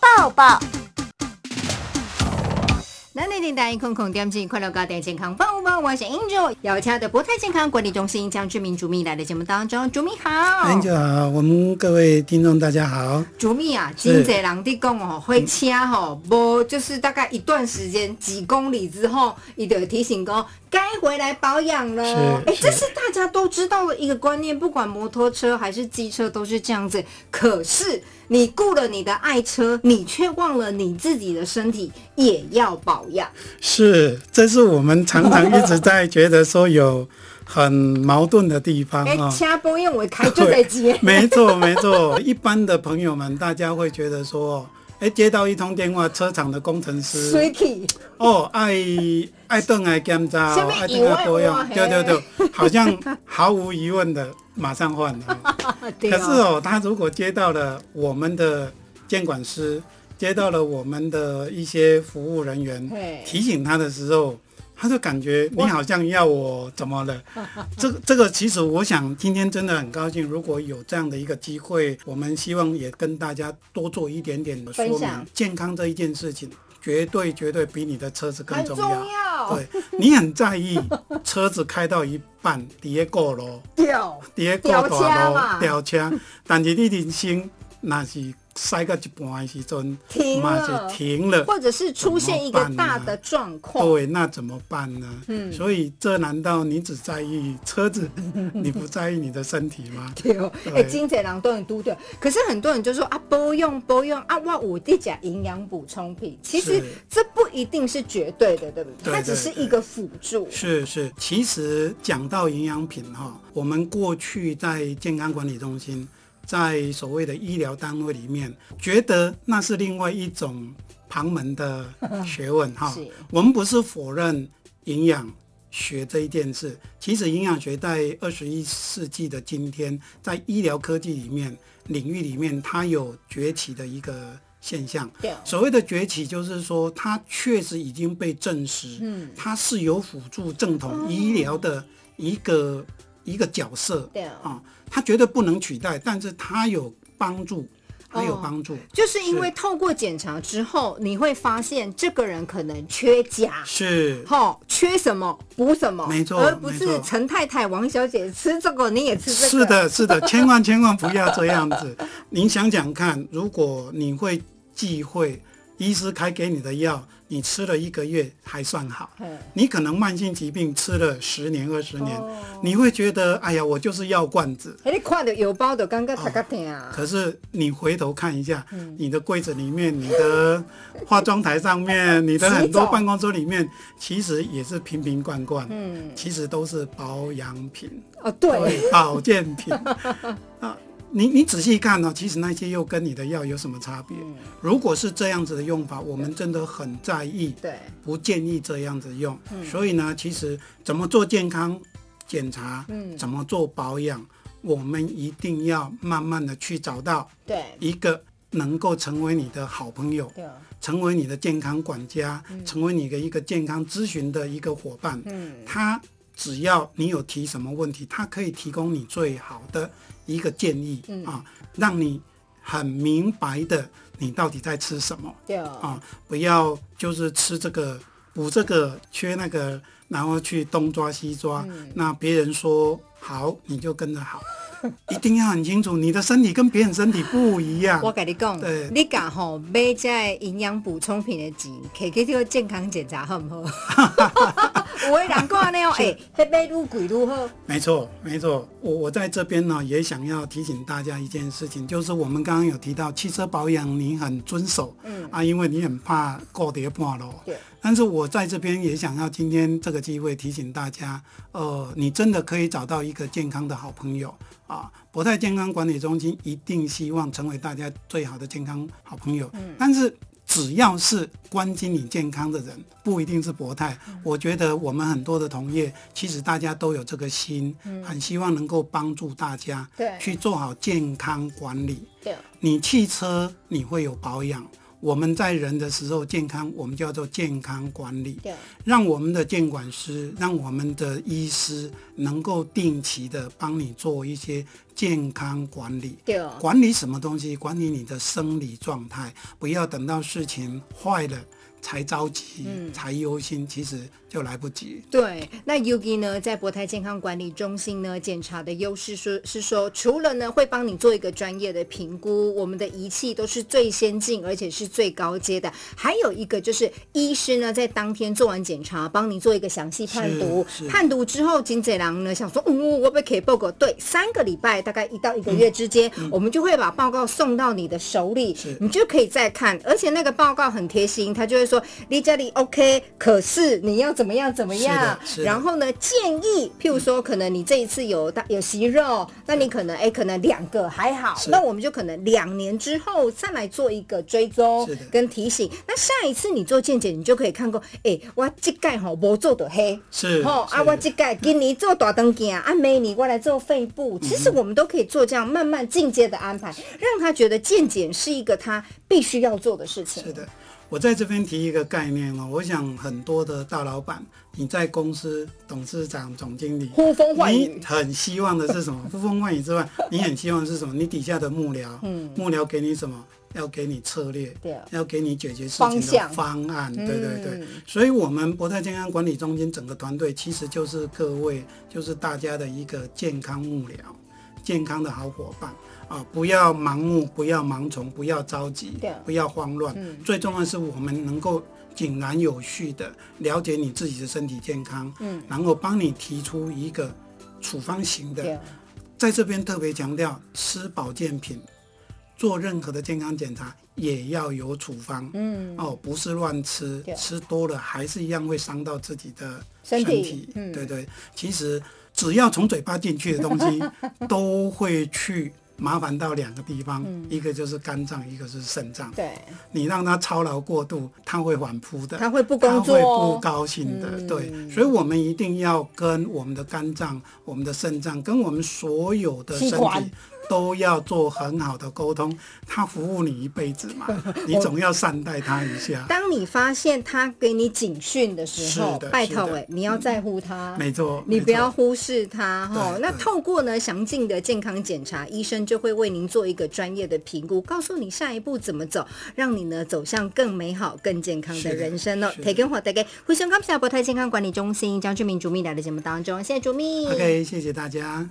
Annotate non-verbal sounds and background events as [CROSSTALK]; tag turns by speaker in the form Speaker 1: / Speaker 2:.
Speaker 1: 抱抱。
Speaker 2: 咱的电台空空点进快乐高点健康帮帮，我是 Angel，邀请的博泰健康管理中心江志明主秘来的节目当中，主秘好，
Speaker 3: 安就哎好，我们各位听众大家好。
Speaker 2: 主秘啊，真
Speaker 3: 是
Speaker 2: 侪人伫讲哦，火车吼，无就是大概一段时间几公里之后，伊就会提醒讲该回来保养了。
Speaker 3: 是
Speaker 2: 哎，这是大家都知道的一个观念，不管摩托车还是机车都是这样子。可是你顾了你的爱车，你却忘了你自己的身体也要保养。
Speaker 3: 是，这是我们常常一直在觉得说有很矛盾的地方
Speaker 2: 哎、
Speaker 3: 啊。。
Speaker 2: 车保养我开就在接
Speaker 3: 没错，没错。一般的朋友们，大家会觉得说，哎，接到一通电话，车厂的工
Speaker 2: [LAUGHS]
Speaker 3: 程师
Speaker 2: 水气，
Speaker 3: 哦，爱爱邓来检查
Speaker 2: 什
Speaker 3: 哦
Speaker 2: 么，
Speaker 3: 爱邓来保
Speaker 2: 意外哇
Speaker 3: 养，
Speaker 2: 啊嘿
Speaker 3: 对对对，好像毫无疑问的马上换了。
Speaker 2: [LAUGHS] 对
Speaker 3: 可
Speaker 2: 哦
Speaker 3: 是哦，他如果接到了我们的监管师，接到了我们的一些服务人
Speaker 2: 嘿
Speaker 3: 员提醒他的时候，他就感觉你好像要我怎
Speaker 2: [LAUGHS]
Speaker 3: 么了？这个这个其实我想今天真的很高兴，如果有这样的一个机会，我们希望也跟大家多做一点点的说
Speaker 2: 分
Speaker 3: 明
Speaker 2: 享。
Speaker 3: 健康这一件事情，绝对绝对比你的车子更
Speaker 2: 很
Speaker 3: 重
Speaker 2: 重
Speaker 3: 要。
Speaker 2: 要，
Speaker 3: 对你很在意车子开到一半，底下过咯。
Speaker 2: 掉
Speaker 3: 伫个
Speaker 2: 吊
Speaker 3: 高
Speaker 2: 车嘛
Speaker 3: 大路吊车，但是你人生若是驶到一半的时阵，
Speaker 2: 停
Speaker 3: 嘛
Speaker 2: 了
Speaker 3: 是，停了，
Speaker 2: 或者是出现一个大的状况，
Speaker 3: 对，那怎么办呢？嗯，所以这难道你只在意车子，你不在意你的身体吗？
Speaker 2: 对哦，哎，
Speaker 3: 对
Speaker 2: 金贼狼都很嘟对，可是很多人就说啊，不用不用啊，哇，我得讲营养补充品，其实
Speaker 3: 是
Speaker 2: 这不一定是绝对的，对不对？
Speaker 3: 对
Speaker 2: 它只是一个辅助，
Speaker 3: 是是，其实讲到营养品哈，我们过去在健康管理中心，在所谓的医疗单位里面，觉得那是另外一种旁门的学问哈
Speaker 2: 是。
Speaker 3: 我们不是否认营养。学这一件事，其实营养学在二十一世纪的今天，在医疗科技里面领域里面，它有崛起的一个现象。
Speaker 2: 对哦
Speaker 3: 所谓的崛起，就是说它确实已经被证实，
Speaker 2: 嗯哦
Speaker 3: 它是有辅助正统医疗的一个、一个角色，
Speaker 2: 对
Speaker 3: 啊、它绝对不能取代，但是它有帮助，它有
Speaker 2: 哦
Speaker 3: 帮助，
Speaker 2: 就是因为透过检查之后，你会发现这个人可能缺钾。
Speaker 3: 是
Speaker 2: 吼，缺什么补什么，
Speaker 3: 没错
Speaker 2: 而不
Speaker 3: 没
Speaker 2: 是
Speaker 3: 错
Speaker 2: 陈太太、王小姐吃这个你也吃这个，
Speaker 3: 是，的，是的，千万千万不要这样子。 [LAUGHS] 您想想看，如果你会忌讳医师开给你的药，你吃了一个月还算好
Speaker 2: 嗯，
Speaker 3: 你可能慢性疾病吃了十年二十年
Speaker 2: 哦，
Speaker 3: 你会觉得哎呀，我就是药罐子。
Speaker 2: 哎，你看到有包的，刚刚他个疼啊，
Speaker 3: 可是你回头看一下，
Speaker 2: 嗯
Speaker 3: 你的柜子里面、你的化妆台上面、你的很多办公桌里面，其实也是瓶瓶罐罐，嗯，其实都是保养品、
Speaker 2: 哦，对，
Speaker 3: [LAUGHS] 保健品啊。你你仔细看呢、哦其实那些又跟你的药有什么差
Speaker 2: 嗯
Speaker 3: 别？如果是这样子的用法，我们真的很在意，
Speaker 2: 对，
Speaker 3: 不建议这样子用。所以呢，其实怎么做健康检查，
Speaker 2: 嗯
Speaker 3: 怎么做保养，我们一定要慢慢的去找到
Speaker 2: 对，
Speaker 3: 一个能够成为你的好朋友，
Speaker 2: 对，
Speaker 3: 成为你的健康管家，成为你的一个健康咨询的一个伙伴。
Speaker 2: 嗯，
Speaker 3: 他只要你有提什么问题，他可以提供你最好的一个建议、
Speaker 2: 嗯
Speaker 3: 啊，让你很明白的你到底在吃什么。
Speaker 2: 对，
Speaker 3: 啊，不要就是吃这个补这个缺那个，然后去东抓西抓。
Speaker 2: 嗯
Speaker 3: 那别人说好，你就跟着好，一定要很清楚，你的身体跟别人身体不一样
Speaker 2: 我。跟你讲
Speaker 3: 对，
Speaker 2: 你敢吼买这营养补充品的钱，可以去做健康检查，好不好？ [LAUGHS] 有的人讲那
Speaker 3: [LAUGHS]
Speaker 2: 样，哎，那买愈贵愈好，
Speaker 3: 没错，没错。我我在这边呢，也想要提醒大家一件事情，就是我们刚刚有提到汽车保养，你很遵守，
Speaker 2: 嗯
Speaker 3: 啊，因为你很怕过跌半路。
Speaker 2: 对，
Speaker 3: 但是我在这边也想要今天这个机会提醒大家，呃，你真的可以找到一个健康的好朋友啊！博泰健康管理中心一定希望成为大家最好的健康好朋友。
Speaker 2: 嗯
Speaker 3: 但是只要是关心你健康的人，不一定是博泰。
Speaker 2: 嗯
Speaker 3: 我觉得我们很多的同业，其实大家都有这个心，很希望能够帮助大家
Speaker 2: 嗯对
Speaker 3: 去做好健康管理。
Speaker 2: 对，
Speaker 3: 你汽车你会有保养，我们在人的时候健康，我们叫做健康管理，
Speaker 2: 对，
Speaker 3: 让我们的监管师，让我们的医师能够定期的帮你做一些健康管理。
Speaker 2: 对，
Speaker 3: 管理什么东西？管理你的生理状态，不要等到事情坏了才着急、
Speaker 2: 嗯
Speaker 3: 才忧心，其实就来不及。
Speaker 2: 对，那 Yugi 呢，在博泰健康管理中心呢，检查的优势是是说，除了呢会帮你做一个专业的评估，我们的仪器都是最先进而且是最高阶的，还有一个就是医师呢在当天做完检查，帮你做一个详细判读
Speaker 3: 是，是
Speaker 2: 判读之后，金贼狼呢想说，嗯，我被 K 报告，对，三个礼拜大概一到一个月之间，我们就会把报告送到你的手里
Speaker 3: 嗯是，
Speaker 2: 你就可以再看，而且那个报告很贴心，他就会说，你这里 OK，可是你要怎么样怎么样。怎么样
Speaker 3: 是的是的
Speaker 2: 然后呢，建议，譬如说，可能你这一次有大有息肉，那你可能哎，可能两个还好，
Speaker 3: 嗯是
Speaker 2: 那我们就可能两年之后再来做一个追踪
Speaker 3: 是的
Speaker 2: 跟提醒。那下一次你做健检，你就可以看过，哎，我这盖吼无做的黑。
Speaker 3: 是
Speaker 2: 吼啊，
Speaker 3: 是嗯
Speaker 2: 我这盖今年做大灯镜啊，每年我来做肺部。其实我们都可以做这样慢慢进阶的安排，让他觉得健检是一个他必须要做的事情。
Speaker 3: 是的，我在这边提一个概念哦，我想很多的大老板，你在公司董事长、总经理，
Speaker 2: 呼风唤雨
Speaker 3: 你很希望的是
Speaker 2: [LAUGHS]
Speaker 3: 什么？呼风唤雨之外，你很希望的是什么？你底下的幕僚，
Speaker 2: 嗯
Speaker 3: 幕僚给你什么？要给你策略，
Speaker 2: 对
Speaker 3: 要给你解决事
Speaker 2: 方
Speaker 3: 情的
Speaker 2: 向
Speaker 3: 方案，对对对。
Speaker 2: 嗯
Speaker 3: 所以，我们博泰健康管理中心整个团队其实就是各位，就是大家的一个健康幕僚，健康的好伙伴啊！不要盲目，不要盲从，不要着急
Speaker 2: 对，
Speaker 3: 不要慌乱。
Speaker 2: 嗯
Speaker 3: 最重要的是，我们能够井然有序的了解你自己的身体健康，
Speaker 2: 嗯，
Speaker 3: 然后帮你提出一个处方型的。
Speaker 2: 对，
Speaker 3: 在这边特别强调，吃保健品，做任何的健康检查也要有处方。
Speaker 2: 嗯，
Speaker 3: 哦，不是乱吃
Speaker 2: 对，
Speaker 3: 吃多了还是一样会伤到自己的
Speaker 2: 身体
Speaker 3: 体。
Speaker 2: 嗯
Speaker 3: 对对，其实只要从嘴巴进去的
Speaker 2: [LAUGHS]
Speaker 3: 东西，都会去麻烦到两个地方，
Speaker 2: 嗯
Speaker 3: 一个就是肝脏，一个是肾脏。
Speaker 2: 对。
Speaker 3: 你让他操劳过度，他会反扑的，
Speaker 2: 他会不工作
Speaker 3: 他会
Speaker 2: 哦
Speaker 3: 不高兴的。
Speaker 2: 嗯
Speaker 3: 对，所以我们一定要跟我们的肝脏、我们的肾脏，跟我们所有的身
Speaker 2: 器
Speaker 3: 体
Speaker 2: 官。
Speaker 3: 都要做很好的沟通，他服务你一辈子
Speaker 2: [LAUGHS]
Speaker 3: 嘛，你总要善待他一下。
Speaker 2: 当你发现他给你警讯的时候
Speaker 3: 是的，
Speaker 2: 拜托
Speaker 3: 是的
Speaker 2: 哎，你要在乎他。
Speaker 3: 没错，
Speaker 2: 你
Speaker 3: 没
Speaker 2: 不
Speaker 3: 错
Speaker 2: 要忽视它哈。
Speaker 3: 对
Speaker 2: 那
Speaker 3: 对
Speaker 2: 透过呢详尽的健康检查，医生就会为您做一个专业的评估，告诉你下一步怎么走，让你呢走向更美好、更健康的
Speaker 3: 是的
Speaker 2: 人生哦。
Speaker 3: 是的
Speaker 2: 提供我大家非常感谢博泰健康管理中心张俊明主秘来的节目当中，谢谢主秘。
Speaker 3: OK，谢谢大家。